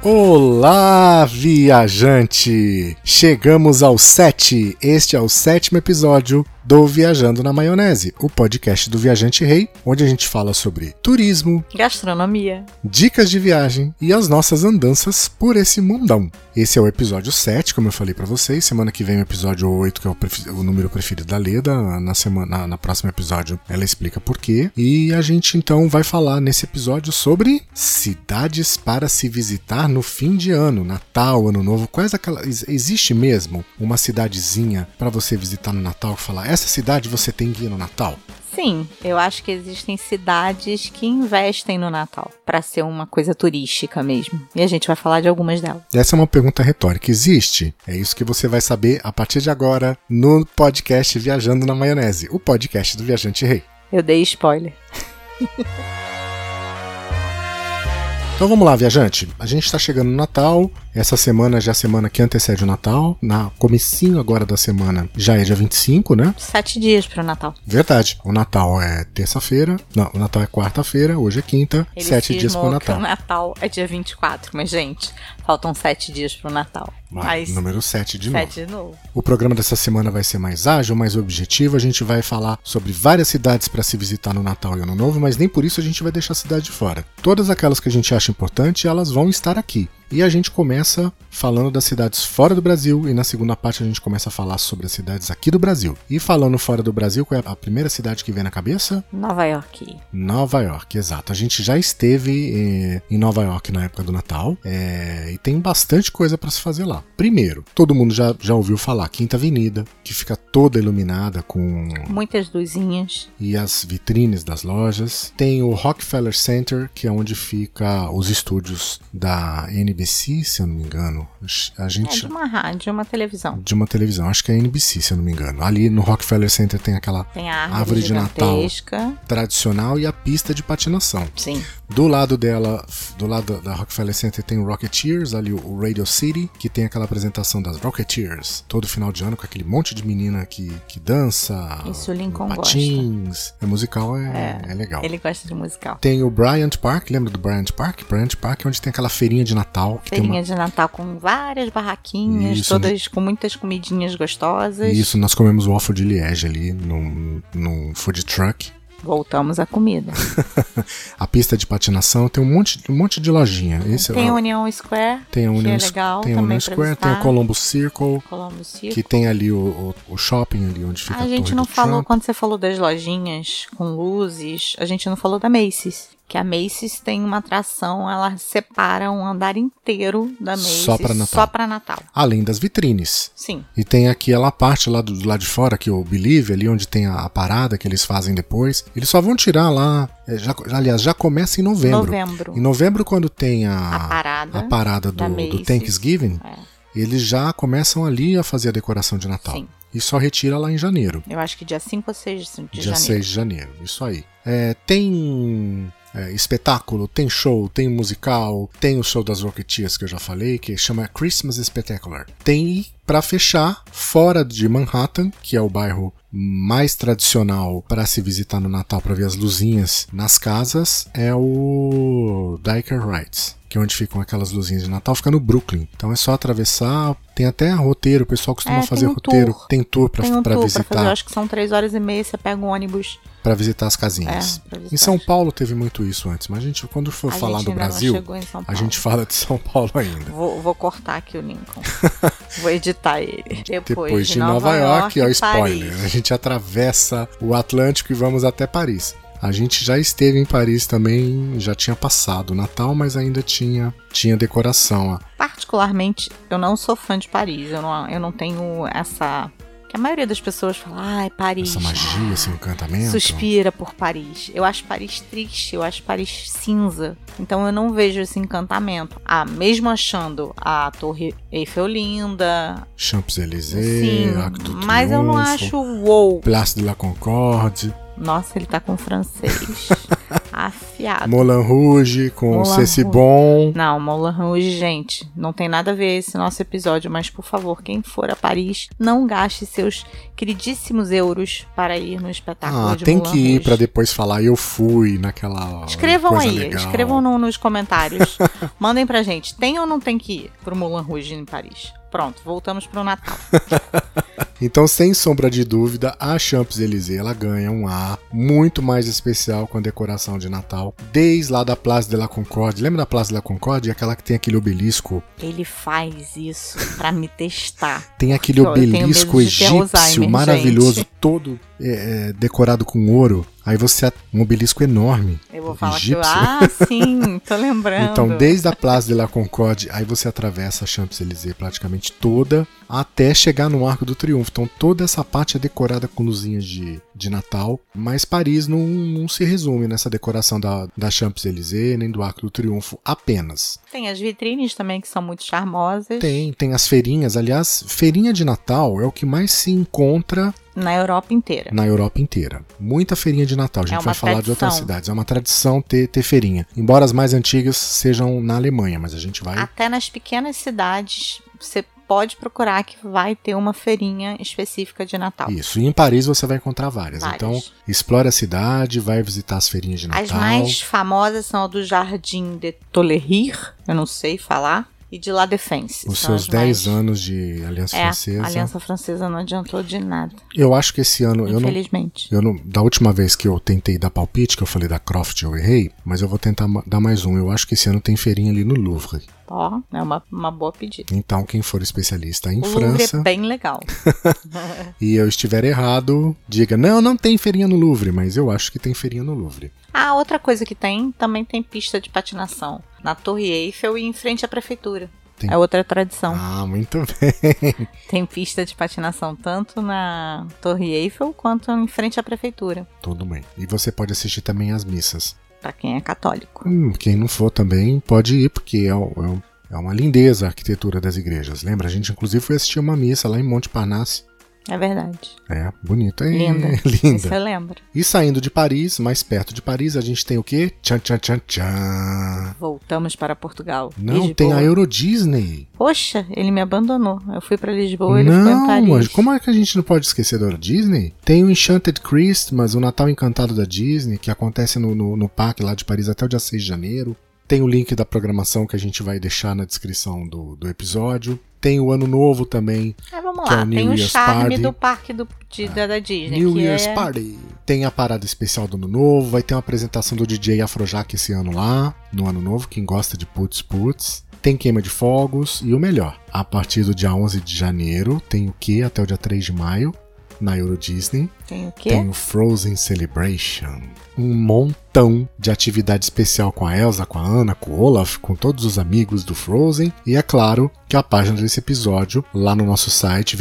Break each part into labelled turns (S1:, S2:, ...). S1: Olá, viajante! Chegamos ao 7. Este é o sétimo episódio do Viajando na Maionese, o podcast do Viajante Rei, onde a gente fala sobre turismo,
S2: Gastronomia.
S1: dicas de viagem e as nossas andanças por esse mundão. Esse é o episódio 7, como eu falei pra vocês. Semana que vem o episódio 8, que é o, prefe- o número preferido da Leda. Na semana, na, na próxima episódio ela explica por quê. E a gente então vai falar nesse episódio sobre cidades para se visitar no fim de ano, Natal, Ano Novo. Quais aquelas ex- existe mesmo uma cidadezinha pra você visitar no Natal e falar, essa cidade você tem que ir no Natal?
S2: Sim, eu acho que existem cidades que investem no Natal pra ser uma coisa turística mesmo. E a gente vai falar de algumas delas.
S1: Essa é uma pergunta retórica. Existe? É isso que você vai saber a partir de agora no podcast Viajando na Maionese, o podcast do Viajante Rei.
S2: Eu dei spoiler.
S1: Então vamos lá, viajante. A gente está chegando no Natal. Essa semana já é a semana que antecede o Natal. Na comecinho agora da semana já é dia 25, né?
S2: Sete dias pro Natal.
S1: Verdade. O Natal é terça-feira. Não, o Natal é quarta-feira. Hoje é quinta.
S2: Ele
S1: sete dias
S2: cismou
S1: pro
S2: que
S1: Natal.
S2: O Natal é dia 24, mas, gente, faltam sete dias pro Natal.
S1: Vai,
S2: mas
S1: número 7 de novo.
S2: sete de novo.
S1: O programa dessa semana vai ser mais ágil, mais objetivo. A gente vai falar sobre várias cidades para se visitar no Natal e Ano Novo, mas nem por isso a gente vai deixar a cidade de fora. Todas aquelas que a gente acha importante, elas vão estar aqui. E a gente começa falando das cidades fora do Brasil e na segunda parte a gente começa a falar sobre as cidades aqui do Brasil. E falando fora do Brasil, qual é a primeira cidade que vem na cabeça?
S2: Nova York.
S1: Nova York, exato. A gente já esteve eh, em Nova York na época do Natal eh, e tem bastante coisa para se fazer lá. Primeiro, todo mundo já, já ouviu falar Quinta Avenida, que fica toda iluminada com
S2: Muitas luzinhas.
S1: e as vitrines das lojas. Tem o Rockefeller Center, que é onde fica os estúdios da NBC, se eu não me engano. A
S2: É de
S1: gente
S2: uma rádio, uma televisão.
S1: de uma televisão, acho que é a NBC, se eu não me engano. Ali no Rockefeller Center tem aquela
S2: Tem a árvore,
S1: Árvore de Natal.
S2: gigantesca.
S1: tradicional e a pista de patinação.
S2: Sim.
S1: Do lado dela, do lado da Rockefeller Center, tem o Rocketeers, ali o Radio City, que tem aquela apresentação das Rocketeers todo final de ano com aquele monte de menina que, que dança.
S2: Isso o Lincoln
S1: patins. É musical, é, é, legal.
S2: Ele gosta de musical.
S1: Tem o Bryant Park, lembra do Bryant Park? Bryant Park é onde tem aquela feirinha de Natal. Que
S2: Feirinha
S1: tem
S2: de Natal com várias barraquinhas,
S1: Isso,
S2: todas com muitas comidinhas gostosas.
S1: uma... Isso, nós comemos waffle de Liege ali num, num food truck.
S2: Voltamos à comida.
S1: A pista de patinação tem um monte, um monte de lojinha. Esse
S2: tem
S1: é,
S2: a Union Square,
S1: tem a Union,
S2: que é legal
S1: tem a
S2: também
S1: Union
S2: pra
S1: Square, tem o
S2: visitar.
S1: Columbus Circle.
S2: Colombo
S1: que
S2: Circo.
S1: tem ali o, o- o shopping ali onde fica a,
S2: A gente
S1: torre
S2: não
S1: do
S2: falou,
S1: Trump.
S2: quando você falou das lojinhas com luzes, a gente não falou da Macy's. Que a Macy's tem uma atração, ela separa um andar inteiro da Macy's
S1: Só pra Natal.
S2: Só pra Natal.
S1: além das vitrines.
S2: Sim.
S1: E tem aquela parte lá do, do lado de fora, que é o Believe, ali onde tem a, a parada que eles fazem depois. Eles só vão tirar lá. é, já- aliás, já começa em novembro.
S2: Novembro.
S1: Em novembro, quando tem a,
S2: A parada
S1: a parada do,
S2: da
S1: do
S2: Macy's.
S1: Thanksgiving,
S2: É.
S1: eles já começam ali a fazer a decoração de Natal.
S2: Sim.
S1: E só retira lá em janeiro.
S2: Eu acho que dia 5 ou 6 de janeiro.
S1: dia 6 de janeiro, isso aí. É, tem é, espetáculo, tem show, tem musical, tem o show das Rocketeers que eu já falei, que chama Christmas Spectacular. Tem, pra fechar, fora de Manhattan, que é o bairro mais tradicional pra se visitar no Natal pra ver as luzinhas nas casas, é o Diker Rides. Que é onde ficam aquelas luzinhas de Natal, fica no Brooklyn. Então é só atravessar. Tem até roteiro, o pessoal costuma
S2: É,
S1: fazer
S2: tem um
S1: roteiro.
S2: tour.
S1: Tem tour pra,
S2: Tem um
S1: pra
S2: tour
S1: visitar.
S2: pra fazer, eu acho que são 3 horas e meia, você pega um ônibus.
S1: Pra visitar as casinhas.
S2: É, pra visitar.
S1: em São Paulo teve muito isso antes, mas a gente, quando for
S2: A
S1: falar
S2: gente
S1: do
S2: ainda não
S1: Brasil,
S2: chegou em São
S1: a
S2: Paulo.
S1: gente fala de São Paulo ainda.
S2: Vou, vou cortar aqui o Lincoln. vou editar ele. Depois,
S1: Depois, de Nova, York, ó,
S2: e
S1: spoiler, a
S2: Paris.
S1: gente atravessa o Atlântico e vamos até Paris. A gente já esteve em Paris também, já tinha passado o Natal, mas ainda tinha, tinha decoração. ó.
S2: Particularmente, eu não sou fã de Paris. Eu não, eu não tenho essa. Que a maioria das pessoas fala, ai, Paris.
S1: Essa magia, esse encantamento.
S2: Suspira por Paris. Eu acho Paris triste, eu acho Paris cinza. Então eu não vejo esse encantamento. Ah, mesmo achando a Torre Eiffel linda,
S1: Champs-Élysées,
S2: sim,
S1: Arco do
S2: mas eu não
S1: Triunfo,
S2: acho wow.
S1: Place de la Concorde.
S2: Nossa, ele tá com francês. afiado.
S1: Moulin Rouge com
S2: Moulin
S1: Ceci
S2: Rouge.
S1: Bon.
S2: Não, Moulin Rouge, gente, não tem nada a ver esse nosso episódio, mas por favor, quem for a Paris, não gaste seus queridíssimos euros para ir no espetáculo
S1: Ah,
S2: Tá de
S1: tem
S2: Moulin
S1: que ir
S2: Rouge.
S1: pra depois falar eu fui naquela
S2: Escrevam
S1: coisa
S2: aí,
S1: legal.
S2: escrevam no- nos comentários. Mandem pra gente, tem ou não tem que ir pro Moulin Rouge em Paris? Pronto, voltamos pro Natal.
S1: Então, sem sombra de dúvida, a Champs-Élysées ela ganha um ar muito mais especial com a decoração de Natal, desde lá da Place de la Concorde. Lembra da Place de la Concorde? Aquela que tem aquele obelisco?
S2: Ele faz isso pra me testar.
S1: Tem aquele
S2: Eu tenho medo
S1: obelisco
S2: de ter Alzheimer,
S1: egípcio
S2: gente.
S1: maravilhoso, todo é, é, decorado com ouro. Aí você. at- Um obelisco enorme.
S2: Eu vou falar
S1: egípcio.
S2: que eu. Ah, sim, tô lembrando.
S1: Então, desde a Place de la Concorde, aí você atravessa a Champs-Élysées praticamente toda, até chegar no Arco do Triunfo. Então, toda essa parte é decorada com luzinhas de, de Natal, mas Paris não, não se resume nessa decoração da, da Champs-Élysées, nem do Arco do Triunfo apenas.
S2: Tem as vitrines também que são muito charmosas.
S1: Tem, tem as feirinhas, aliás, feirinha de Natal é o que mais se encontra
S2: Na Europa inteira.
S1: na Europa inteira. Muita feirinha de Natal, a gente
S2: É
S1: vai
S2: uma
S1: falar de outras
S2: tradição.
S1: cidades. É uma tradição ter, ter feirinha. Embora as mais antigas sejam na Alemanha, mas a gente vai
S2: Até nas pequenas cidades, você pode procurar que vai ter uma feirinha específica de Natal.
S1: Isso, e em Paris você vai encontrar várias.
S2: Várias.
S1: Então, explore a cidade, vai visitar as feirinhas de Natal.
S2: As mais famosas são a do Jardim de Tolerir, eu não sei falar, e de La Défense.
S1: Os
S2: São
S1: seus
S2: as
S1: 10
S2: mais-
S1: anos de Aliança
S2: É,
S1: Francesa.
S2: a Aliança Francesa não adiantou de nada,
S1: Eu acho que esse ano, eu não,
S2: infelizmente.
S1: eu não. Da última vez que eu tentei dar palpite, que eu falei da Croft, eu errei, mas eu vou tentar ma- dar mais um. Eu acho que esse ano tem feirinha ali no Louvre.
S2: Ó, é uma, uma boa pedida.
S1: Então, quem for especialista em
S2: o Louvre
S1: França
S2: é bem legal.
S1: e eu estiver errado, diga: não, não tem feirinha no Louvre, mas eu acho que tem feirinha no Louvre.
S2: ah, outra coisa que tem, também tem pista de patinação. Na Torre Eiffel e em frente à prefeitura.
S1: Tem-
S2: É outra tradição.
S1: Ah, muito bem.
S2: Tem pista de patinação tanto na Torre Eiffel quanto em frente à prefeitura,
S1: Tudo bem. E você pode assistir também as missas.
S2: Pra quem é católico.
S1: Hum, quem não for também pode ir, porque é, um- é um- é uma lindeza a arquitetura das igrejas. Lembra? A gente, inclusive, foi assistir uma missa lá em Monte Parnasse.
S2: É verdade.
S1: É, bonita. É,
S2: Linda. Isso
S1: linda.
S2: eu lembro.
S1: E saindo de Paris, mais perto de Paris, a gente tem o quê? Tchan, tchan, tchan, tchan.
S2: Voltamos para Portugal.
S1: Não,
S2: Lisboa.
S1: tem a Euro Disney.
S2: Poxa, ele me abandonou. Eu fui pra Lisboa e ele ficou em
S1: não,
S2: Paris.
S1: mas como é que a gente não pode esquecer da Euro Disney? Tem o Enchanted Christmas, o Natal Encantado da Disney, que acontece no, no, no parque lá de Paris até o dia 6 de janeiro. Tem o link da programação que a gente vai deixar na descrição do, do episódio. Tem o Ano Novo também,
S2: Ah, vamos
S1: que é
S2: lá.
S1: o
S2: tem
S1: New
S2: o
S1: Year's
S2: charme
S1: Party.
S2: do parque do, de- da, da Disney.
S1: New
S2: que
S1: Year's
S2: é...
S1: Party. Tem a parada especial do Ano Novo, vai ter uma apresentação do DJ Afrojack esse ano lá, no Ano Novo, quem gosta de putz putz. Tem queima de fogos e o melhor, a partir do dia 11 de janeiro, tem o que até o dia 3 de maio, na Euro Disney,
S2: Tem o quê?
S1: tem o Frozen Celebration. Um montão de atividade especial com a Elsa, com a Anna, com o Olaf, com todos os amigos do Frozen. E é claro que a página desse episódio, lá no nosso site,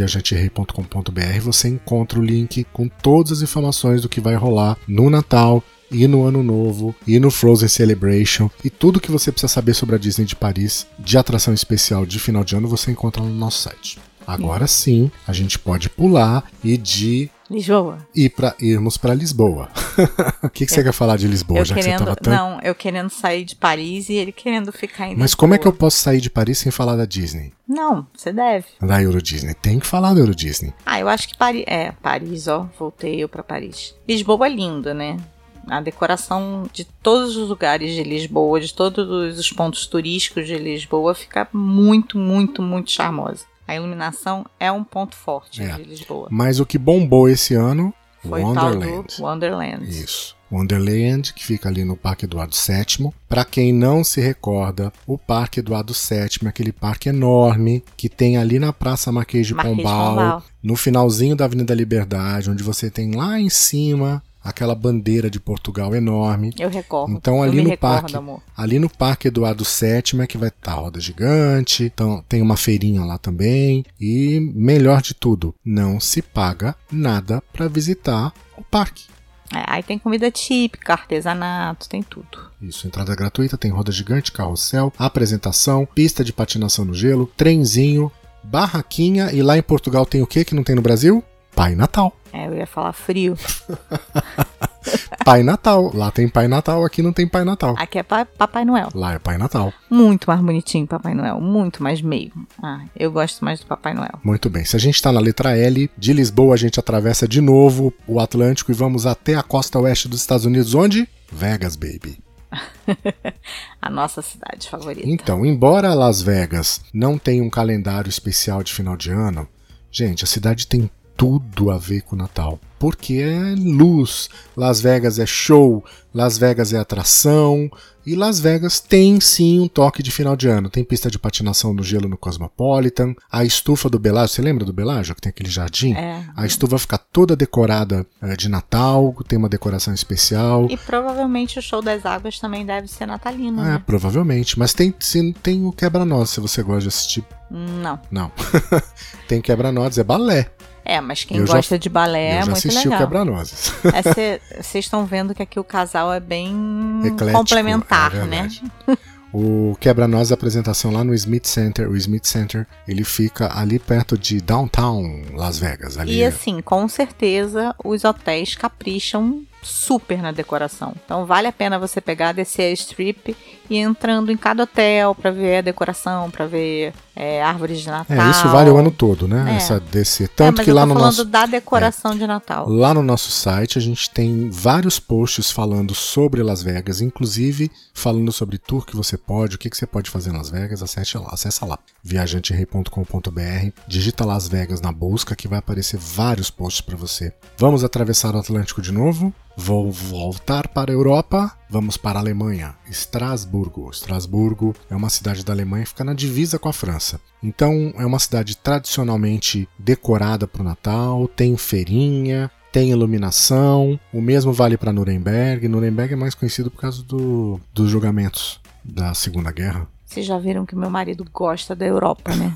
S1: viajanterei.com.br, você encontra o link com todas as informações do que vai rolar no Natal e no Ano Novo e no Frozen Celebration e tudo que você precisa saber sobre a Disney de Paris de atração especial de final de ano você encontra no nosso site. Agora sim, a gente pode pular e de
S2: Lisboa.
S1: e para irmos para Lisboa. O que, que você quer falar de Lisboa,
S2: É. eu
S1: já que você
S2: querendo.
S1: tava tanto.
S2: Não, eu querendo sair de Paris e ele querendo ficar em
S1: Mas como é que eu posso sair de Paris sem falar da Disney?
S2: Não, você deve.
S1: Da Euro Disney. Tem que falar da Euro Disney.
S2: Ah, eu acho que Paris. É, Paris, ó. Voltei eu pra Paris. Lisboa é linda, né? A decoração de todos os lugares de Lisboa, de todos os pontos turísticos de Lisboa, fica muito, muito, muito charmosa. A iluminação é um ponto forte
S1: É.
S2: de Lisboa.
S1: Mas o que bombou esse ano,
S2: Foi o tal
S1: Wonderland.
S2: do Wonderland.
S1: Isso. Wonderland, que fica ali no Parque Eduardo VII. Para quem não se recorda, o Parque Eduardo VII é aquele parque enorme que tem ali na Praça Marquês de,
S2: Marquês de
S1: Pombal,
S2: Pombal.
S1: no finalzinho da Avenida Liberdade, onde você tem lá em cima aquela bandeira de Portugal enorme.
S2: Eu recordo.
S1: Então
S2: eu
S1: ali
S2: me
S1: no
S2: recordo,
S1: parque,
S2: amor.
S1: ali no parque Eduardo VII é que vai estar a roda gigante. Então tem uma feirinha lá também e melhor de tudo, não se paga nada para visitar o parque.
S2: É, aí tem comida típica, artesanato, tem tudo.
S1: Isso, entrada gratuita, tem roda gigante, carrossel, apresentação, pista de patinação no gelo, trenzinho, barraquinha e lá em Portugal tem o que que não tem no Brasil? Pai Natal.
S2: É, eu ia falar frio.
S1: Pai Natal. Lá tem Pai Natal, aqui não tem Pai Natal.
S2: Aqui é pa- Papai Noel.
S1: Lá é Pai Natal.
S2: Muito mais bonitinho, Papai Noel. Muito mais meio. Ah, eu gosto mais do Papai Noel.
S1: Muito bem. Se a gente está na letra L, de Lisboa a gente atravessa de novo o Atlântico e vamos até a costa oeste dos Estados Unidos, onde? Vegas, baby.
S2: A nossa cidade favorita.
S1: Então, embora Las Vegas não tenha um calendário especial de final de ano, gente, a cidade tem tudo a ver com o Natal. Porque é luz, Las Vegas é show, Las Vegas é atração, e Las Vegas tem sim um toque de final de ano. Tem pista de patinação no gelo no Cosmopolitan, a estufa do Bellagio, você lembra do Bellagio, que tem aquele jardim?
S2: É.
S1: A estufa fica toda decorada eh, de Natal, tem uma decoração especial.
S2: E provavelmente o show das águas também deve ser natalino,
S1: É,
S2: né?
S1: provavelmente. Mas tem, se- tem o quebra-nós, se você gosta de assistir.
S2: Não.
S1: Não. tem quebra-nozes, é balé.
S2: É, mas quem
S1: Eu já-
S2: gosta de balé é
S1: Eu já
S2: muito
S1: assisti
S2: legal.
S1: o quebra-nozes.
S2: É, cê- Vocês estão vendo que aqui o casal é bem
S1: Eclético,
S2: complementar,
S1: é
S2: né?
S1: verdade. O quebra-nozes, a apresentação lá no Smith Center. O Smith Center, ele fica ali perto de Downtown Las Vegas. Ali
S2: E assim, com certeza os hotéis capricham super na decoração. Então vale a pena você pegar, descer a strip e ir entrando em cada hotel pra ver a decoração, pra ver é, árvores de Natal.
S1: é, isso vale o ano todo, né?
S2: É.
S1: Essa descer.
S2: É,
S1: Tanto
S2: mas
S1: que
S2: eu
S1: lá
S2: tô
S1: no
S2: falando
S1: nosso
S2: da decoração de Natal.
S1: Lá no nosso site a gente tem vários posts falando sobre Las Vegas, inclusive falando sobre tour que você pode, o que, que você pode fazer em Las Vegas, acesse lá, acessa lá, viajanterei.com.br, digita Las Vegas na busca que vai aparecer vários posts para você. Vamos atravessar o Atlântico de novo, vou voltar para a Europa, vamos para a Alemanha, Estrasburgo. Estrasburgo é uma cidade da Alemanha, fica na divisa com a França. Então é uma cidade tradicionalmente decorada para o Natal, tem feirinha, tem iluminação. O mesmo vale para Nuremberg. Nuremberg é mais conhecido por causa do, dos julgamentos da Segunda Guerra.
S2: Vocês já viram que meu marido gosta da Europa, né?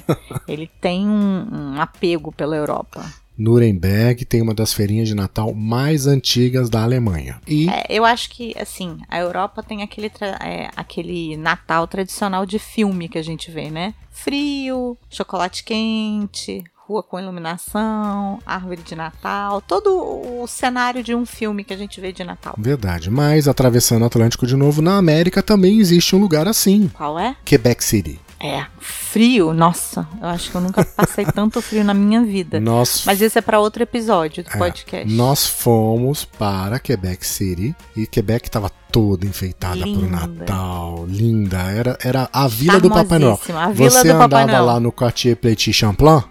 S2: Ele tem um, um apego pela Europa.
S1: Nuremberg tem uma das feirinhas de Natal mais antigas da Alemanha. E
S2: É, eu acho que, assim, a Europa tem aquele, tra- é, aquele Natal tradicional de filme que a gente vê, né? Frio, chocolate quente, rua com iluminação, árvore de Natal, todo o cenário de um filme que a gente vê de Natal.
S1: verdade, mas atravessando o Atlântico de novo, na América também existe um lugar assim.
S2: Qual é?
S1: Quebec City.
S2: É, frio, nossa, eu acho que eu nunca passei tanto frio na minha vida.
S1: Nós
S2: Mas é, isso é pra outro episódio do
S1: É.
S2: podcast.
S1: Nós fomos para Quebec City e Quebec estava toda enfeitada para o
S2: Linda.
S1: Natal, linda. Era, era a vila do Papai Noel.
S2: Charmosíssima, a vila
S1: Você
S2: do Papai
S1: andava
S2: Noel.
S1: lá no Quartier Petit Champlain?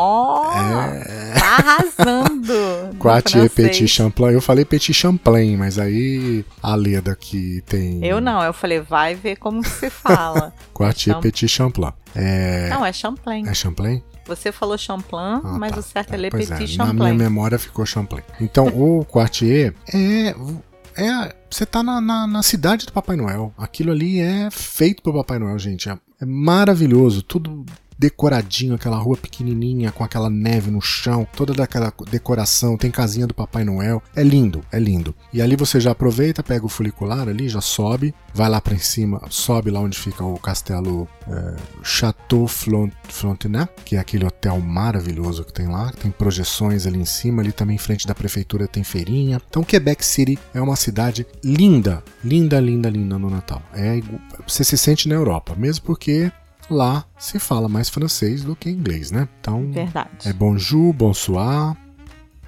S2: Nossa!
S1: É.
S2: Tá arrasando! no
S1: Quartier
S2: francês.
S1: Petit Champlain. Eu falei Petit Champlain, mas aí a Leda que tem.
S2: Eu não, eu falei, vai ver como que se fala.
S1: Quartier
S2: Cham-
S1: Petit Champlain. É.
S2: Não, é Champlain.
S1: É Champlain?
S2: Você falou Champlain,
S1: Ah,
S2: mas
S1: tá,
S2: o certo é
S1: tá.
S2: Le
S1: Pois
S2: Petit
S1: Na minha
S2: Champlain.
S1: memória ficou Champlain. Então, o Quartier é. é você tá na, na, na cidade do Papai Noel. Aquilo ali é feito pro Papai Noel, gente. É, é maravilhoso. Tudo decoradinho, aquela rua pequenininha com aquela neve no chão, toda daquela decoração, tem casinha do Papai Noel. É lindo, é lindo. E ali você já aproveita, pega o funicular ali, já sobe, vai lá pra em cima, sobe lá onde fica o castelo é, Chateau Flon- Frontenac, que é aquele hotel maravilhoso que tem lá. Tem projeções ali em cima, ali também em frente da prefeitura tem feirinha. Então Quebec City é uma cidade linda, linda, linda, linda no Natal. É, igu- você se sente na Europa, mesmo porque lá se fala mais francês do que inglês, né? Então
S2: Verdade.
S1: é bonjour, bonsoir.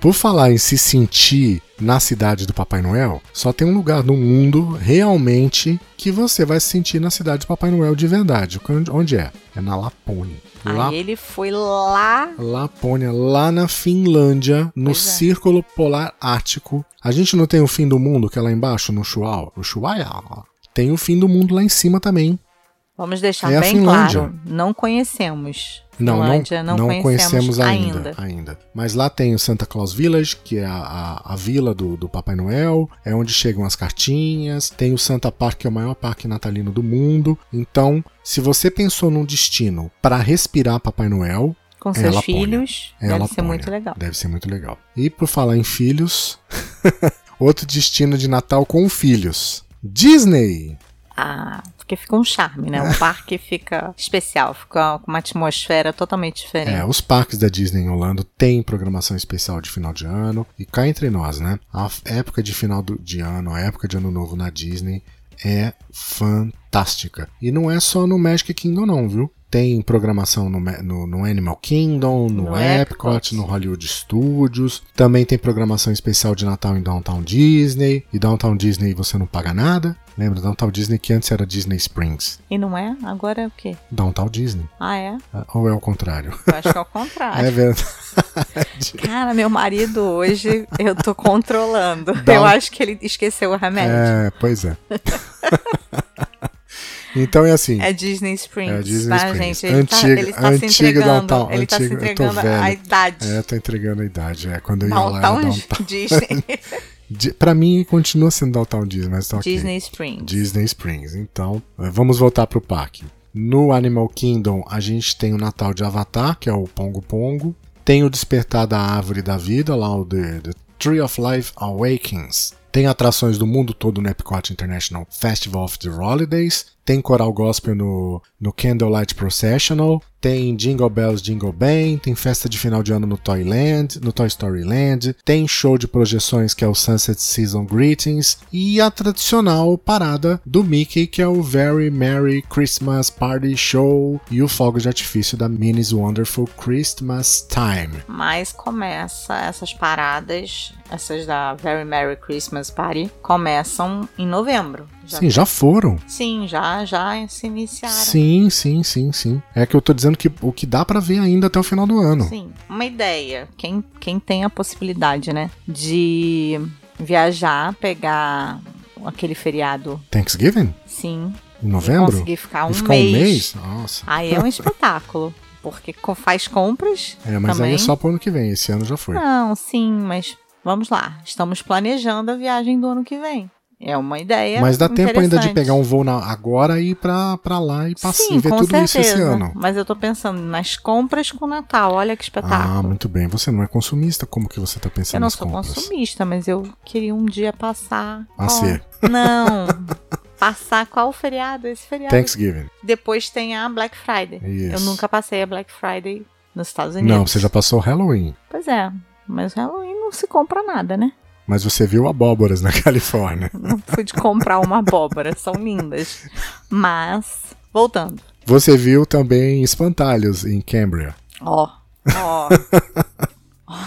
S1: Por falar em se sentir na cidade do Papai Noel, só tem um lugar no mundo realmente que você vai se sentir na cidade do Papai Noel de verdade. Onde- Onde é? É na Lapônia. La-
S2: Aí ele foi lá.
S1: Lapônia, lá na Finlândia, no
S2: Pois é.
S1: Círculo Polar Ártico. A gente não tem o fim do mundo que é lá embaixo, no Chuau, o Chuaia. Tem o fim do mundo lá em cima também.
S2: Vamos deixar
S1: É a
S2: bem
S1: Finlândia.
S2: claro. Não conhecemos.
S1: Não, não,
S2: Finlândia,
S1: não conhecemos, ainda, ainda. Mas lá tem o Santa Claus Village, que é a, a- a vila do, do Papai Noel, é onde chegam as cartinhas. Tem o Santa Park, que é o maior parque natalino do mundo. Então, se você pensou num destino para respirar Papai Noel,
S2: Com
S1: É a
S2: seus
S1: Lapônia.
S2: filhos.
S1: é a
S2: deve ser
S1: Lapônia.
S2: muito legal.
S1: Deve ser muito legal. E por falar em filhos, outro destino de Natal com filhos: Disney.
S2: a, porque fica um charme, né?
S1: É.
S2: O parque fica especial, fica com uma atmosfera totalmente diferente.
S1: É, os parques da Disney em Orlando têm programação especial de final de ano. E cá entre nós, né? A época de final do- de ano, a época de ano novo na Disney é fantástica. E não é só no Magic Kingdom, não, viu? Tem programação no, Ma- no- no Animal Kingdom, no,
S2: No
S1: Epcot,
S2: Epcot.
S1: no Hollywood Studios. Também tem programação especial de Natal em Downtown Disney. E Downtown Disney você não paga nada. Lembra? Downtown Disney que antes era Disney Springs.
S2: E não é? Agora é o quê?
S1: Downtown Disney.
S2: Ah, é?
S1: Ah, Ou é o contrário?
S2: Eu acho que é o
S1: É
S2: contrário.
S1: verdade.
S2: Cara, meu marido hoje eu tô controlando.
S1: Dá
S2: Eu
S1: um-
S2: acho que ele esqueceu o remédio.
S1: É, pois é. então é assim.
S2: É, Disney Springs,
S1: É Disney
S2: tá,
S1: Springs.
S2: gente? Ele tá-
S1: Antiga-
S2: ele tá, se
S1: antiga
S2: entregando.
S1: Downtown,
S2: ele tá se
S1: antiga- eu tô
S2: entregando
S1: velho.
S2: à idade. tá um
S1: É, tô entregando a idade. É, quando eu ia lá era
S2: Downtown
S1: Downtown.
S2: Disney,
S1: Di- Pra mim continua sendo Downtown Disney, mas tá ok.
S2: Disney Springs.
S1: Disney Springs. Então, eh, vamos voltar pro parque. No Animal Kingdom, a gente tem o Natal de Avatar, que é o Pongo Pongo. Tem o Despertar da Árvore da Vida, lá o The, The Tree of Life Awakens. Tem atrações do mundo todo no Epcot International Festival of the Holidays. Tem Coral Gospel no, no Candlelight Processional. Tem Jingle Bells Jingle Bang. Tem festa de final de ano no Toyland, no Toy Story Land. Tem show de projeções que é o Sunset Season Greetings. E a tradicional parada do Mickey, que é o Very Merry Christmas Party Show. E o fogo de artifício da Minnie's Wonderful Christmas Time.
S2: Mas começa essas paradas, essas da Very Merry Christmas Party, começam em novembro. Já-
S1: Sim, já foram.
S2: Sim, já, já se iniciaram.
S1: Sim, sim, sim, sim. É que eu tô dizendo que o que dá pra ver ainda até o final do ano.
S2: Sim, uma ideia. Quem, quem tem a possibilidade, né? De viajar, pegar aquele feriado,
S1: Thanksgiving?
S2: sim.
S1: Em
S2: e
S1: novembro?
S2: Conseguir ficar um,
S1: E ficar
S2: mês,
S1: um mês? Nossa.
S2: Aí é um espetáculo. Porque co- faz compras.
S1: É, mas
S2: também.
S1: aí
S2: Ah,
S1: é só pro ano que vem. Esse ano já foi.
S2: Não, sim, mas vamos lá. Estamos planejando a viagem do ano que vem. É uma ideia.
S1: mas dá tempo ainda de
S2: interessante.
S1: pegar um voo na- agora e ir pra, pra lá e passar
S2: Sim,
S1: e ver
S2: com
S1: tudo
S2: certeza.
S1: isso esse ano.
S2: Mas eu tô pensando nas compras com o Natal. Olha que
S1: Ah,
S2: espetáculo.
S1: muito bem. Você não é consumista. Como que você tá pensando
S2: eu não
S1: nas
S2: sou
S1: compras? Ah,
S2: consumista, mas eu queria um dia passar.
S1: A
S2: qual-
S1: ser.
S2: Não. passar qual feriado? Esse feriado.
S1: Thanksgiving.
S2: Depois tem a Black Friday.
S1: Isso.
S2: Eu nunca passei a Black Friday nos Estados Unidos.
S1: Não, você já passou o Halloween.
S2: Pois é. Mas Halloween não se compra nada, né?
S1: Mas você viu abóboras na Califórnia.
S2: Não fui de comprar uma abóbora, são lindas. Mas, voltando.
S1: Você viu também espantalhos em Cambria.
S2: Ó, ó.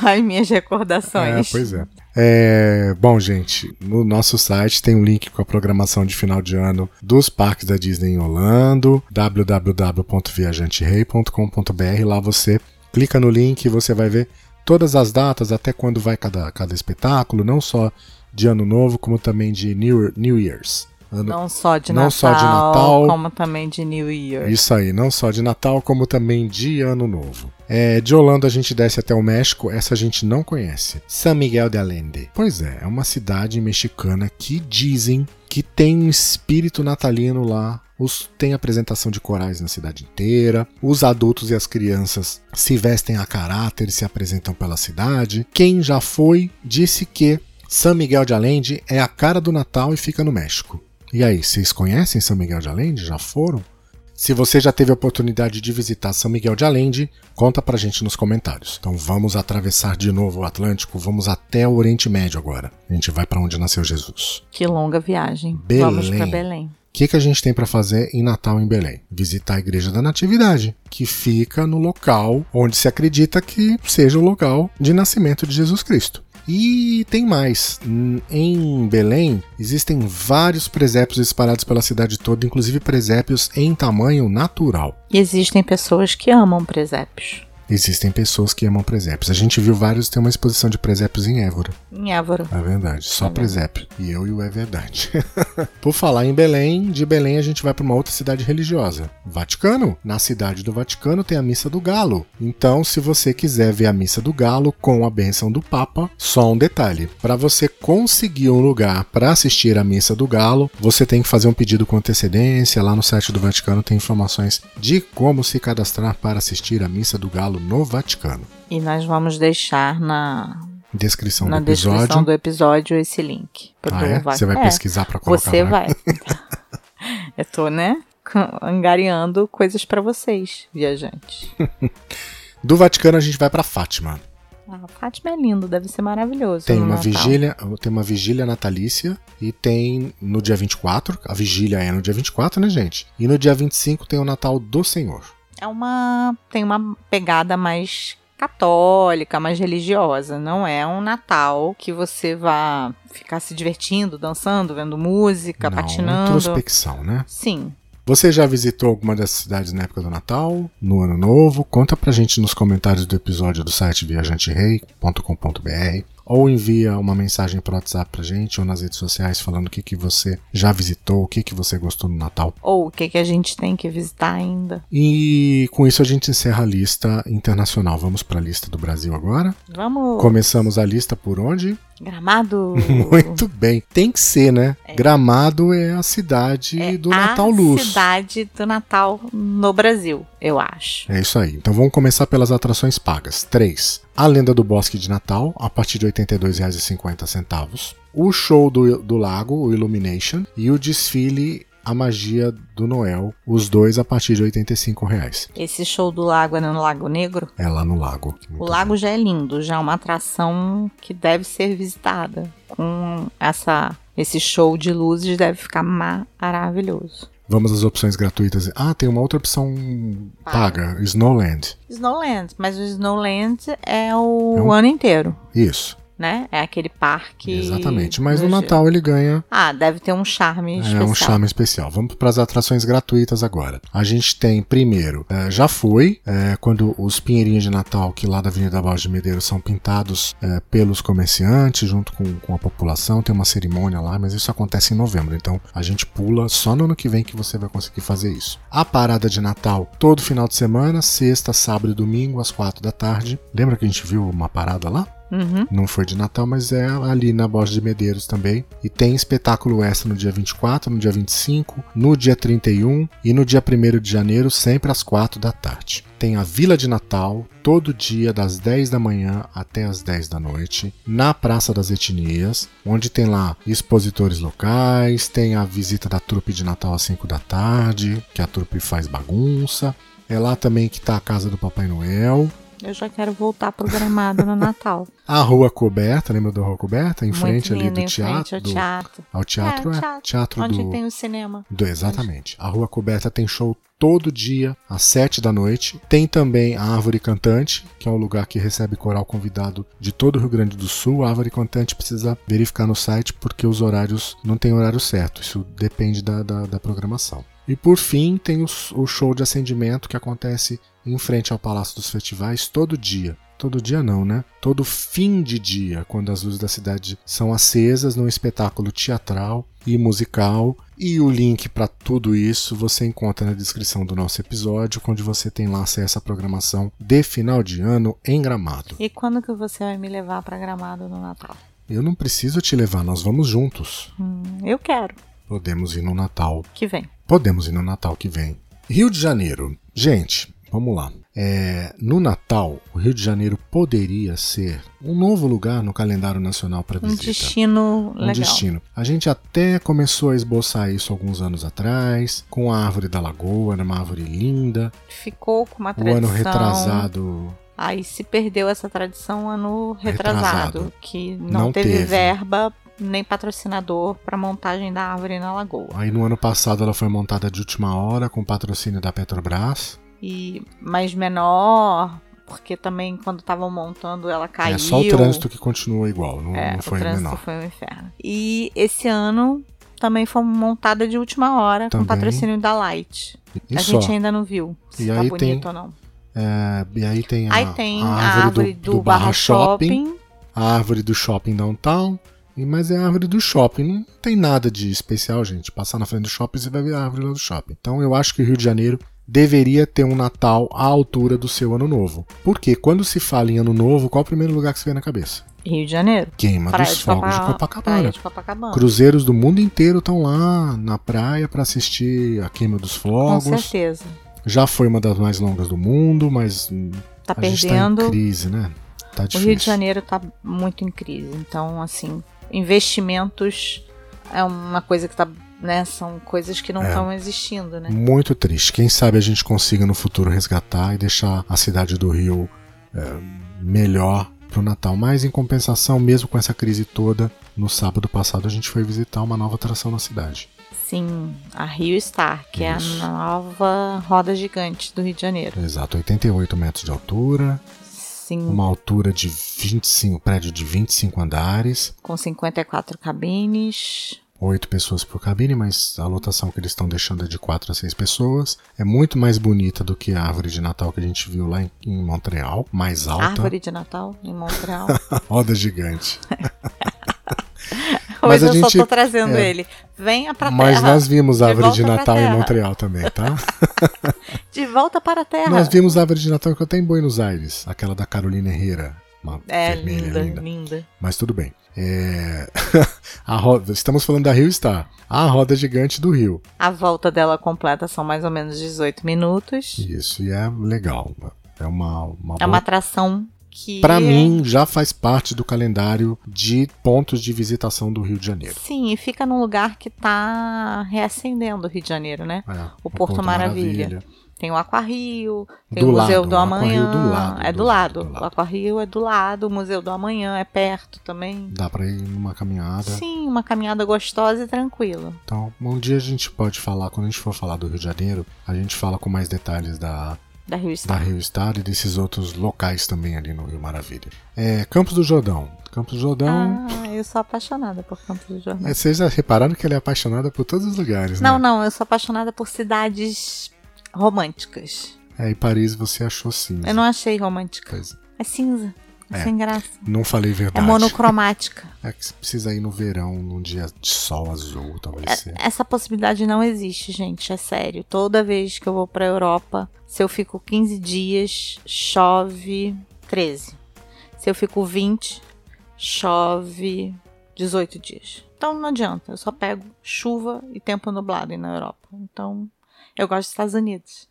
S2: Ai, minhas recordações.
S1: É, pois é. É, Bom, gente, no nosso site tem um link com a programação de final de ano dos parques da Disney em Orlando, www.viajanterei.com.br. Lá você clica no link e você vai ver todas as datas, até quando vai cada, cada espetáculo, não só de Ano Novo, como também de New, New Year's. Ano,
S2: Não só de
S1: Não
S2: Natal,
S1: só de Natal.
S2: como também de New Year.
S1: isso aí, não só de Natal, como também de Ano Novo. É, de Holanda a gente desce até o México, essa a gente não conhece. San Miguel de Allende. Pois é, é uma cidade mexicana que dizem que tem um espírito natalino lá. Os- tem apresentação de corais na cidade inteira. Os adultos e as crianças se vestem a caráter e se apresentam pela cidade. Quem já foi disse que San Miguel de Allende é a cara do Natal e fica no México. E aí, vocês conhecem San Miguel de Allende? Já foram? Se você já teve a oportunidade de visitar São Miguel de Allende, conta pra gente nos comentários. Então vamos atravessar de novo o Atlântico, vamos até o Oriente Médio agora. A gente vai pra onde nasceu Jesus.
S2: Que longa viagem.
S1: Belém.
S2: Vamos pra Belém.
S1: O que, que a gente tem pra fazer em Natal em Belém? Visitar a Igreja da Natividade, que fica no local onde se acredita que seja o local de nascimento de Jesus Cristo. E tem mais. Hum, Em Belém existem vários presépios espalhados pela cidade toda, inclusive presépios em tamanho natural.
S2: E existem pessoas que amam presépios.
S1: Existem pessoas que amam presépios. A gente viu vários, tem uma exposição de presépios em Évora.
S2: Em Évora.
S1: É verdade, só presépio. E eu e o é verdade. Por falar em Belém, de Belém a gente vai para uma outra cidade religiosa, Vaticano. Na cidade do Vaticano tem a Missa do Galo. Então, se você quiser ver a Missa do Galo com a benção do Papa, só um detalhe: para você conseguir um lugar para assistir a Missa do Galo, você tem que fazer um pedido com antecedência. Lá no site do Vaticano tem informações de como se cadastrar para assistir a Missa do Galo no Vaticano.
S2: E nós vamos deixar na,
S1: Descrição
S2: na
S1: Então, do episódio.
S2: descrição do episódio esse link.
S1: Ah, é?
S2: Pro Va-
S1: Você vai
S2: É.
S1: pesquisar pra colocar
S2: Você
S1: lá?
S2: vai. Eu tô, né? Angariando coisas para vocês, viajantes.
S1: Do Vaticano a gente vai para Fátima.
S2: Ah, Fátima é lindo, deve ser maravilhoso.
S1: Tem
S2: no
S1: uma,
S2: Natal.
S1: vigília, tem uma vigília natalícia e tem no dia 24, a vigília é no dia 24, né, gente? E no dia 25 tem o Natal do Senhor.
S2: É uma. Tem uma pegada mais católica, mais religiosa. Não é um Natal que você vá ficar se divertindo, dançando, vendo música,
S1: Não,
S2: patinando.
S1: introspecção, né?
S2: Sim.
S1: Você já visitou alguma dessas cidades na época do Natal, no Ano Novo? Conta pra gente nos comentários do episódio do site viajanterei.com.br ou envia uma mensagem pro WhatsApp pra gente ou nas redes sociais falando o que, que você já visitou, o que, que você gostou no Natal.
S2: Ou o que, que a gente tem que visitar ainda?
S1: E com isso a gente encerra a lista internacional. Vamos pra lista do Brasil agora?
S2: Vamos.
S1: Começamos a lista por onde?
S2: Gramado.
S1: Muito bem. Tem que ser, né? Gramado é a cidade
S2: É
S1: do
S2: a
S1: Natal Luz.
S2: cidade do Natal no Brasil, eu acho.
S1: É isso aí. Então vamos começar pelas atrações pagas. 3. A Lenda do Bosque de Natal, a partir de R$ 82,50. O show do, do lago, o Illumination, e o desfile A Magia do Noel, os dois a partir de R$ 85 reais.
S2: Esse show do lago é no Lago Negro?
S1: É lá no lago. Muito
S2: O lago já é lindo, já é uma atração que deve ser visitada. Com essa, esse show de luzes deve ficar maravilhoso.
S1: bem. Vamos às opções gratuitas. Ah, tem uma outra opção paga, Snowland.
S2: Snowland, mas o Snowland é o
S1: É um-
S2: ano inteiro,
S1: Isso,
S2: né? É aquele parque.
S1: exatamente. Mas no
S2: do-
S1: Natal ele ganha
S2: Ah, deve ter um charme
S1: É
S2: especial.
S1: um charme especial. Vamos para as atrações gratuitas agora. A gente tem primeiro, eh, já foi, eh, quando os pinheirinhos de Natal que lá da Avenida Balde de Medeiros são pintados eh, pelos comerciantes junto com, com a população. Tem uma cerimônia lá, mas isso acontece em novembro. Então a gente pula só no ano que vem que você vai conseguir fazer isso. A parada de Natal todo final de semana, sexta, sábado e domingo às quatro da tarde. Lembra que a gente viu uma parada lá?
S2: Uhum.
S1: Não foi de Natal, mas é ali na Borja de Medeiros também. E tem espetáculo extra no dia 24, no dia 25, no dia 31 e no dia 1 de janeiro, sempre às 4 da tarde. Tem a Vila de Natal, todo dia, das 10 da manhã até as 10 da noite, na Praça das Etnias, onde tem lá expositores locais, tem a visita da trupe de Natal às 5 da tarde, que a trupe faz bagunça. É lá também que está a casa do Papai Noel.
S2: Eu já quero voltar pro gramado no Natal.
S1: A rua coberta, lembra da rua coberta? Em
S2: Muito
S1: frente ali
S2: lindo,
S1: do
S2: em frente
S1: teatro.
S2: ao
S1: do-
S2: teatro.
S1: Ao teatro,
S2: É,
S1: é.
S2: teatro.
S1: Teatro,
S2: Onde
S1: do,
S2: tem o cinema.
S1: do- Exatamente. A rua coberta tem show todo dia, às sete da noite. Tem também a Árvore Cantante, que é um lugar que recebe coral convidado de todo o Rio Grande do Sul. A Árvore Cantante precisa verificar no site porque os horários não tem horário certo. Isso depende da, da, da programação. E por fim, tem os- o show de acendimento que acontece em frente ao Palácio dos Festivais todo dia. Todo dia não, né? Todo fim de dia, quando as luzes da cidade são acesas num espetáculo teatral e musical. E o link para tudo isso você encontra na descrição do nosso episódio, onde você tem lá acesso à programação de final de ano em Gramado.
S2: E quando que você vai me levar pra gramado no Natal?
S1: Eu não preciso te levar, nós vamos juntos.
S2: Hum, eu quero
S1: Podemos ir no Natal
S2: que vem.
S1: Podemos ir no Natal que vem. Rio de Janeiro. Gente, vamos lá. É, no Natal, o Rio de Janeiro poderia ser um novo lugar no calendário nacional para
S2: Um
S1: visita.
S2: destino
S1: Um
S2: legal.
S1: destino. A gente até começou a esboçar isso alguns anos atrás, com a árvore da lagoa, era uma árvore linda.
S2: Ficou com uma
S1: O
S2: tradição.
S1: Um ano retrasado
S2: Aí se perdeu essa tradição um ano retrasado,
S1: Retrasado.
S2: que não,
S1: Não
S2: teve,
S1: teve.
S2: verba nem patrocinador pra montagem da árvore na lagoa.
S1: Aí no ano passado ela foi montada de última hora com patrocínio da Petrobras.
S2: E mais menor, porque também quando estavam montando ela caiu.
S1: É só o trânsito que continuou igual, não,
S2: É,
S1: não foi
S2: o trânsito
S1: menor.
S2: foi um inferno. E esse ano também foi montada de última hora com
S1: Também.
S2: patrocínio da Light.
S1: E
S2: a
S1: só.
S2: gente ainda não viu se
S1: E
S2: tá
S1: aí
S2: bonito
S1: tem-
S2: ou não.
S1: É, e aí tem a,
S2: aí tem
S1: a árvore, do, do Barra Shopping, a árvore do Shopping Downtown, e- mas é a árvore do shopping. Não tem nada de especial, gente. Passar na frente do shopping, você vai ver a árvore lá do shopping. Então eu acho que o Rio de Janeiro deveria ter um Natal à altura do seu Ano Novo. Porque quando se fala em Ano Novo, qual é o primeiro lugar que você vê na cabeça?
S2: Rio de Janeiro.
S1: Queima
S2: Praia
S1: dos
S2: de
S1: Fogos de
S2: Copa- Praia
S1: Copacabana.
S2: de Copacabana.
S1: Cruzeiros do mundo inteiro estão lá na praia para assistir a Queima dos
S2: Com
S1: Fogos.
S2: certeza.
S1: Já foi uma das mais longas do mundo, mas hum,
S2: Tá
S1: a gente tá em
S2: perdendo.
S1: crise, né? Tá
S2: o
S1: difícil.
S2: Rio de Janeiro tá muito em crise. Então, assim, investimentos é uma coisa que tá né? São coisas que não
S1: É.
S2: estão existindo, né?
S1: Muito triste. Quem sabe a gente consiga no futuro resgatar e deixar a cidade do Rio é, melhor pro Natal. Mas em compensação, mesmo com essa crise toda, no sábado passado a gente foi visitar uma nova atração na cidade.
S2: Sim, a Rio Star, que
S1: Isso.
S2: é a nova roda gigante do Rio de Janeiro.
S1: É Exato, 88 metros de altura,
S2: Sim,
S1: uma altura de 25, prédio de 25 andares,
S2: com 54 cabines.
S1: oito pessoas por cabine, mas a lotação que eles estão deixando é de 4 a 6 pessoas. É muito mais bonita do que a árvore de Natal que a gente viu lá em, em Montreal, mais alta,
S2: Árvore de Natal em Montreal.
S1: roda gigante. Mas
S2: Hoje
S1: a
S2: eu
S1: gente-
S2: só tô trazendo
S1: é.
S2: ele. Venha pra
S1: Mas
S2: terra.
S1: nós vimos a
S2: De
S1: árvore de
S2: volta pra
S1: Natal em
S2: terra.
S1: Montreal também, tá?
S2: De volta para a terra.
S1: nós vimos a árvore de Natal que eu tenho em Buenos Aires, aquela da Carolina Herrera. Uma
S2: É
S1: vermelha,
S2: linda,
S1: linda.
S2: linda.
S1: Mas tudo bem. É, a roda- Estamos falando da Rio Star. A roda gigante do Rio.
S2: A volta dela completa são mais ou menos 18 minutos.
S1: Isso, e é legal. É uma, uma
S2: É
S1: boa-
S2: uma atração que.
S1: Pra mim, já faz parte do calendário de pontos de visitação do Rio de Janeiro.
S2: Sim, e fica num lugar que tá reacendendo o Rio de Janeiro, né?
S1: É,
S2: O Porto Maravilha. Tem o Aquarrio, tem
S1: Do
S2: o Museu
S1: lado,
S2: do
S1: o Aquarrio
S2: Amanhã.
S1: do lado,
S2: é do,
S1: do lado,
S2: lado.
S1: do
S2: O
S1: lado.
S2: Aquarrio é do lado, o Museu do Amanhã é perto também.
S1: Dá pra ir numa caminhada.
S2: Sim, uma caminhada gostosa e tranquila.
S1: Então, um dia a gente pode falar, quando a gente for falar do Rio de Janeiro, a gente fala com mais detalhes da,
S2: Da Rio
S1: da
S2: Star.
S1: Rio Star e desses outros locais também ali no Rio Maravilha. É, Campos do Jordão. Campos do Jordão.
S2: Ah, eu sou apaixonada por Campos do Jordão.
S1: É, vocês já repararam que ela é apaixonada por todos os lugares,
S2: Não,
S1: né?
S2: não, eu sou apaixonada por cidades românticas.
S1: É, e Paris você achou cinza.
S2: Eu não achei romântica.
S1: Pois é.
S2: É cinza. É,
S1: É.
S2: sem graça.
S1: Não falei
S2: É
S1: verdade.
S2: monocromática.
S1: É que você precisa ir no verão, num dia de sol azul, talvez
S2: É.
S1: seja.
S2: Essa possibilidade não existe, gente. É sério. Toda vez que eu vou pra Europa, se eu fico 15 dias, chove 13. Se eu fico 20, chove 18 dias. Então não adianta. Eu só pego chuva e tempo nublado aí na Europa. Então eu gosto dos Estados Unidos.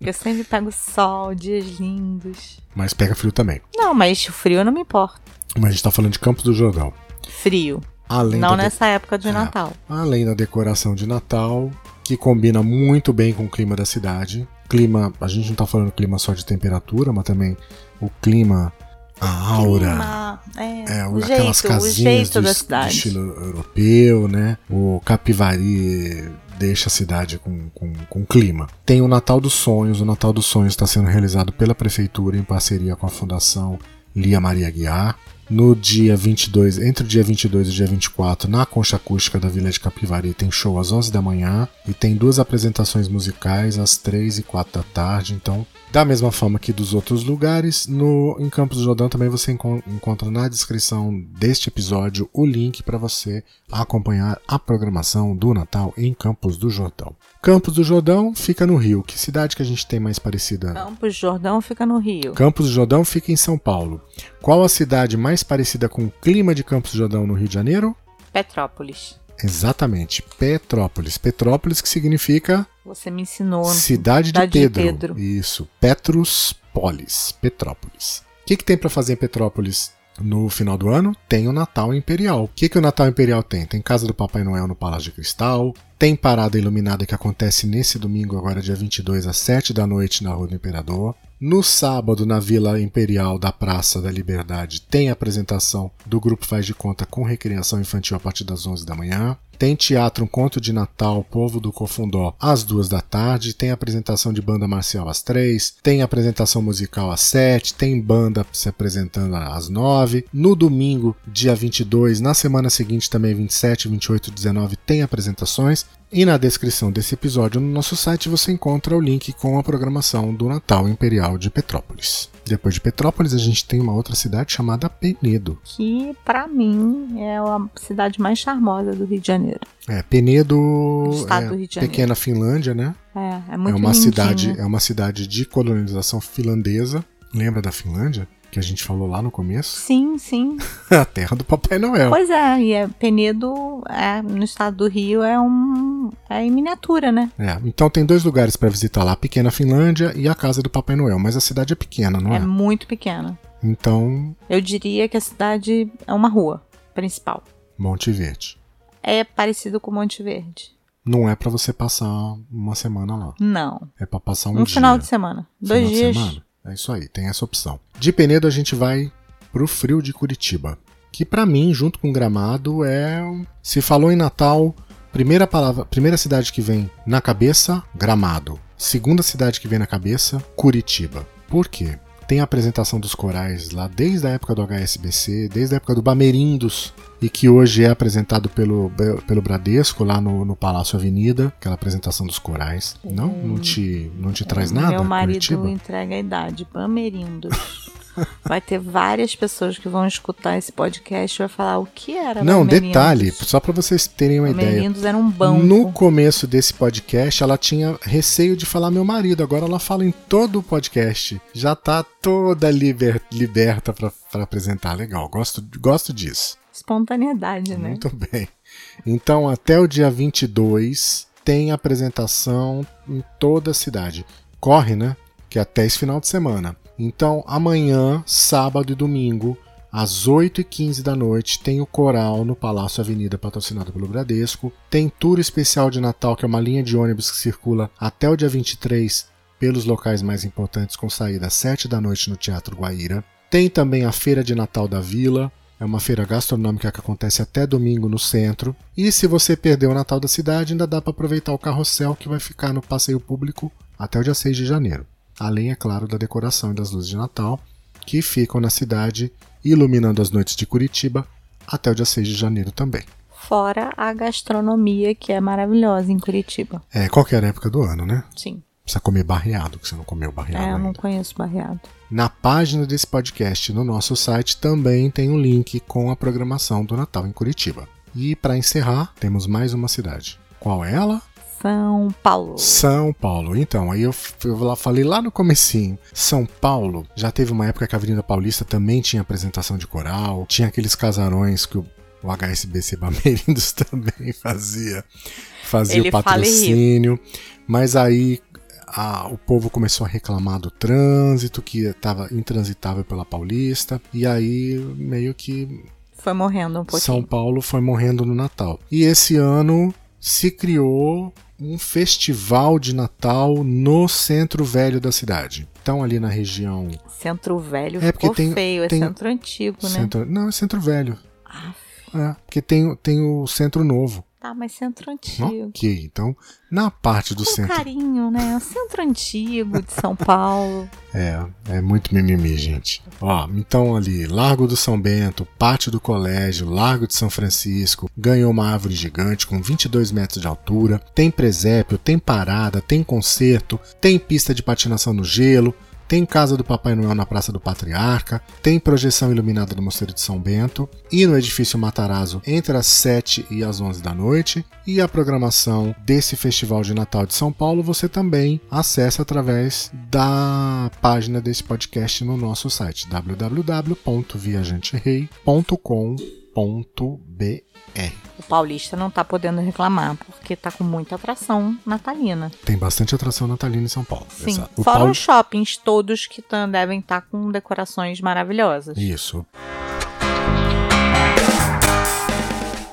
S2: eu sempre pego sol, dias lindos.
S1: Mas pega frio também.
S2: Não, mas o frio eu não me importo.
S1: Mas a gente tá falando de Campos do Jordão.
S2: Frio.
S1: Além
S2: não né?
S1: da
S2: nessa época de
S1: É.
S2: Natal.
S1: Além da decoração de Natal, que combina muito bem com o clima da cidade. Clima, a gente não tá falando clima só de temperatura, mas também o clima, a aura.
S2: Clima, é,
S1: É, o-
S2: o
S1: aquelas
S2: jeito, o
S1: casinhas
S2: jeito
S1: do,
S2: da
S1: es- do
S2: cidade.
S1: estilo europeu, né? O capivari deixa a cidade com, com, com clima. Tem o Natal dos Sonhos. O Natal dos Sonhos está sendo realizado pela prefeitura em parceria com a Fundação Lia Maria Guiar. No dia 22, entre o dia 22 e o dia 24, na Concha Acústica da Vila de Capivari, tem show às 11 da manhã e tem duas apresentações musicais às 3 e 4 da tarde. Então, da mesma forma que dos outros lugares, no em Campos do Jordão também você encon- encontra na descrição deste episódio o link para você acompanhar a programação do Natal em Campos do Jordão. Campos do Jordão fica no Rio. Que cidade que a gente tem mais parecida?
S2: Campos do Jordão fica no Rio.
S1: Campos do Jordão fica em São Paulo. Qual a cidade mais parecida com o clima de Campos do Jordão no Rio de Janeiro?
S2: Petrópolis.
S1: Exatamente, Petrópolis. Petrópolis que significa
S2: Você me ensinou.
S1: Cidade de
S2: Cidade de
S1: Pedro.
S2: Pedro.
S1: Isso. Petruspolis. Petrópolis. O que, que tem pra fazer em Petrópolis no final do ano? Tem o Natal Imperial. O que, que o Natal Imperial tem? Tem Casa do Papai Noel no Palácio de Cristal. Tem parada iluminada que acontece nesse domingo, agora dia 22, às 7 da noite, na Rua do Imperador. No sábado, na Vila Imperial da Praça da Liberdade, tem a apresentação do Grupo Faz de Conta com Recreação Infantil a partir das 11 da manhã. Tem teatro Um Conto de Natal, Povo do Cofundó, às duas da tarde. Tem apresentação de banda marcial às três. Tem apresentação musical às sete. Tem banda se apresentando às nove. No domingo, dia 22, na semana seguinte também, 27, 28, 19, tem apresentações. E na descrição desse episódio no nosso site você encontra o link com a programação do Natal Imperial de Petrópolis. Depois de Petrópolis, a gente tem uma outra cidade chamada Penedo.
S2: Que pra mim é a cidade mais charmosa do Rio de Janeiro.
S1: É, Penedo.
S2: Estado
S1: é,
S2: do Rio de Janeiro.
S1: pequena Finlândia, né?
S2: É, é muito
S1: é uma
S2: lindinha.
S1: cidade, é uma cidade de colonização finlandesa. Lembra da Finlândia que a gente falou lá no começo?
S2: Sim, sim.
S1: A terra do Papai Noel.
S2: Pois é, e é, Penedo é, no estado do Rio é um. é em miniatura, né?
S1: É, então tem dois lugares para visitar lá, a pequena Finlândia e a casa do Papai Noel, mas a cidade é pequena, não
S2: É
S1: é?
S2: muito pequena.
S1: Então,
S2: Eu diria que a cidade é uma rua principal.
S1: Monte Verde.
S2: é parecido com Monte Verde.
S1: Não é pra você passar uma semana lá.
S2: Não.
S1: É pra passar um,
S2: Um,
S1: dia.
S2: final de semana. Dois
S1: Final de
S2: dias.
S1: semana. É isso aí, tem essa opção. De Penedo a gente vai pro frio de Curitiba, que pra mim, junto com Gramado, é um- se falou em Natal, primeira palavra, primeira cidade que vem na cabeça, Gramado. Segunda cidade que vem na cabeça, Curitiba. Por quê? Tem a apresentação dos corais lá desde a época do HSBC, desde a época do Bamerindos, e que hoje é apresentado pelo, pelo Bradesco lá no, no Palácio Avenida, aquela apresentação dos corais. Não? Não te, não te traz nada?
S2: Uhum. É, Meu marido
S1: Curitiba?
S2: entrega a idade. Bamerindos. Vai ter várias pessoas que vão escutar esse podcast e vai falar o que era
S1: Não,
S2: é Bamerindos?"
S1: detalhe, só pra vocês terem uma ideia.
S2: Bamerindos era um banco.
S1: No começo desse podcast, ela tinha receio de falar meu marido. Agora ela fala em todo o podcast. Já tá toda liber- liberta pra pra apresentar. Legal, gosto, gosto disso.
S2: Espontaneidade, né?
S1: Muito bem. Então, até o dia 22 tem apresentação em toda a cidade. Corre, né? Que é até esse final de semana. Então, amanhã, sábado e domingo, às 8h15 da noite, tem o coral no Palácio Avenida, patrocinado pelo Bradesco. Tem tour especial de Natal, que é uma linha de ônibus que circula até o dia 23 pelos locais mais importantes, com saída às 7 da noite no Teatro Guaíra. Tem também a Feira de Natal da Vila, é uma feira gastronômica que acontece até domingo no centro. E se você perdeu o Natal da cidade, ainda dá para aproveitar o carrossel que vai ficar no passeio público até o dia 6 de janeiro. Além, é claro, da decoração e das luzes de Natal, que ficam na cidade, iluminando as noites de Curitiba até o dia 6 de janeiro também.
S2: Fora a gastronomia, que é maravilhosa em Curitiba.
S1: É qualquer época do ano, né?
S2: Sim.
S1: Precisa comer barreado, que você não comeu barreado
S2: É, eu não
S1: ainda.
S2: conheço barreado.
S1: Na página desse podcast no nosso site também tem um link com a programação do Natal em Curitiba. E para encerrar, temos mais uma cidade. Qual é ela?
S2: São Paulo.
S1: São Paulo. Então, aí eu, f- eu lá- falei lá no comecinho, São Paulo já teve uma época que a Avenida Paulista também tinha apresentação de coral, tinha aqueles casarões que o, o HSBC Bamerindos também fazia, fazia
S2: Ele
S1: o
S2: fala e ri.
S1: patrocínio. Mas aí a- o povo começou a reclamar do trânsito, que estava intransitável pela Paulista, e aí meio que
S2: Foi morrendo um pouquinho.
S1: são Paulo foi morrendo no Natal. E esse ano se criou um festival de Natal no centro velho da cidade. Então ali na região
S2: Centro velho
S1: É, porque
S2: ficou
S1: tem-
S2: feio, é
S1: tem-
S2: centro antigo, Tipo, né?
S1: centro, não é centro velho,
S2: Ah,
S1: é, porque tem, tem o centro novo.
S2: tá, mas centro antigo.
S1: Ok, então na parte do
S2: Com
S1: centro
S2: um carinho, né? O centro antigo de São Paulo.
S1: É, é muito mimimi, gente. Ó, então ali, Largo do São Bento, Pátio do Colégio, Largo de São Francisco, ganhou uma árvore gigante com 22 metros de altura, tem presépio, tem parada, tem concerto, tem pista de patinação no gelo, tem Casa do Papai Noel na Praça do Patriarca, tem projeção iluminada do Mosteiro de São Bento e no edifício Matarazzo entre as 7 e as 11 da noite. E a programação desse Festival de Natal de São Paulo você também acessa através da página desse podcast no nosso site www.viajanterei.com.br.
S2: O paulista não tá podendo reclamar, porque tá com muita atração natalina.
S1: Tem bastante atração natalina em São Paulo.
S2: Sim.
S1: Exato. O
S2: Fora
S1: Paulo-
S2: os shoppings todos que tão- devem estar com decorações maravilhosas.
S1: Isso.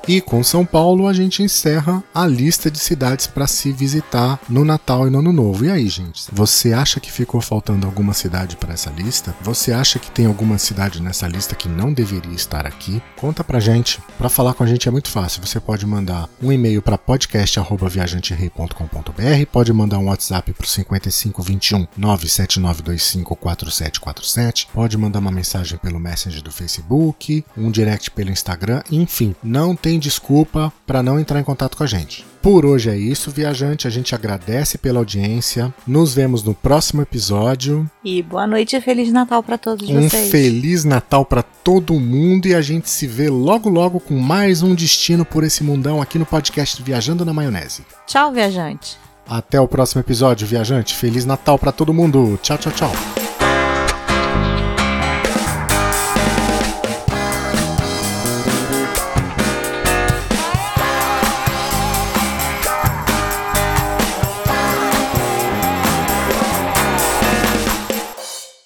S1: E com São Paulo a gente encerra a lista de cidades para se visitar no Natal e no Ano Novo. E aí, gente? Você acha que ficou faltando alguma cidade para essa lista? Você acha que tem alguma cidade nessa lista que não deveria estar aqui? Conta pra gente. Para falar com a gente é muito fácil. Você pode mandar um e-mail para podcast@viajanterei.com.br, pode mandar um WhatsApp pro 5521 979254747, pode mandar uma mensagem pelo Messenger do Facebook, um direct pelo Instagram, enfim, não tem desculpa para não entrar em contato com a gente. Por hoje é isso, viajante, a gente agradece pela audiência. Nos vemos no próximo episódio.
S2: E boa noite e Feliz Natal pra todos
S1: Um
S2: vocês.
S1: feliz Natal para todo mundo e a gente se vê logo logo com mais um destino por esse mundão aqui no podcast Viajando na Maionese.
S2: Tchau, viajante.
S1: Até o próximo episódio, viajante. Feliz Natal para todo mundo. Tchau, tchau, tchau.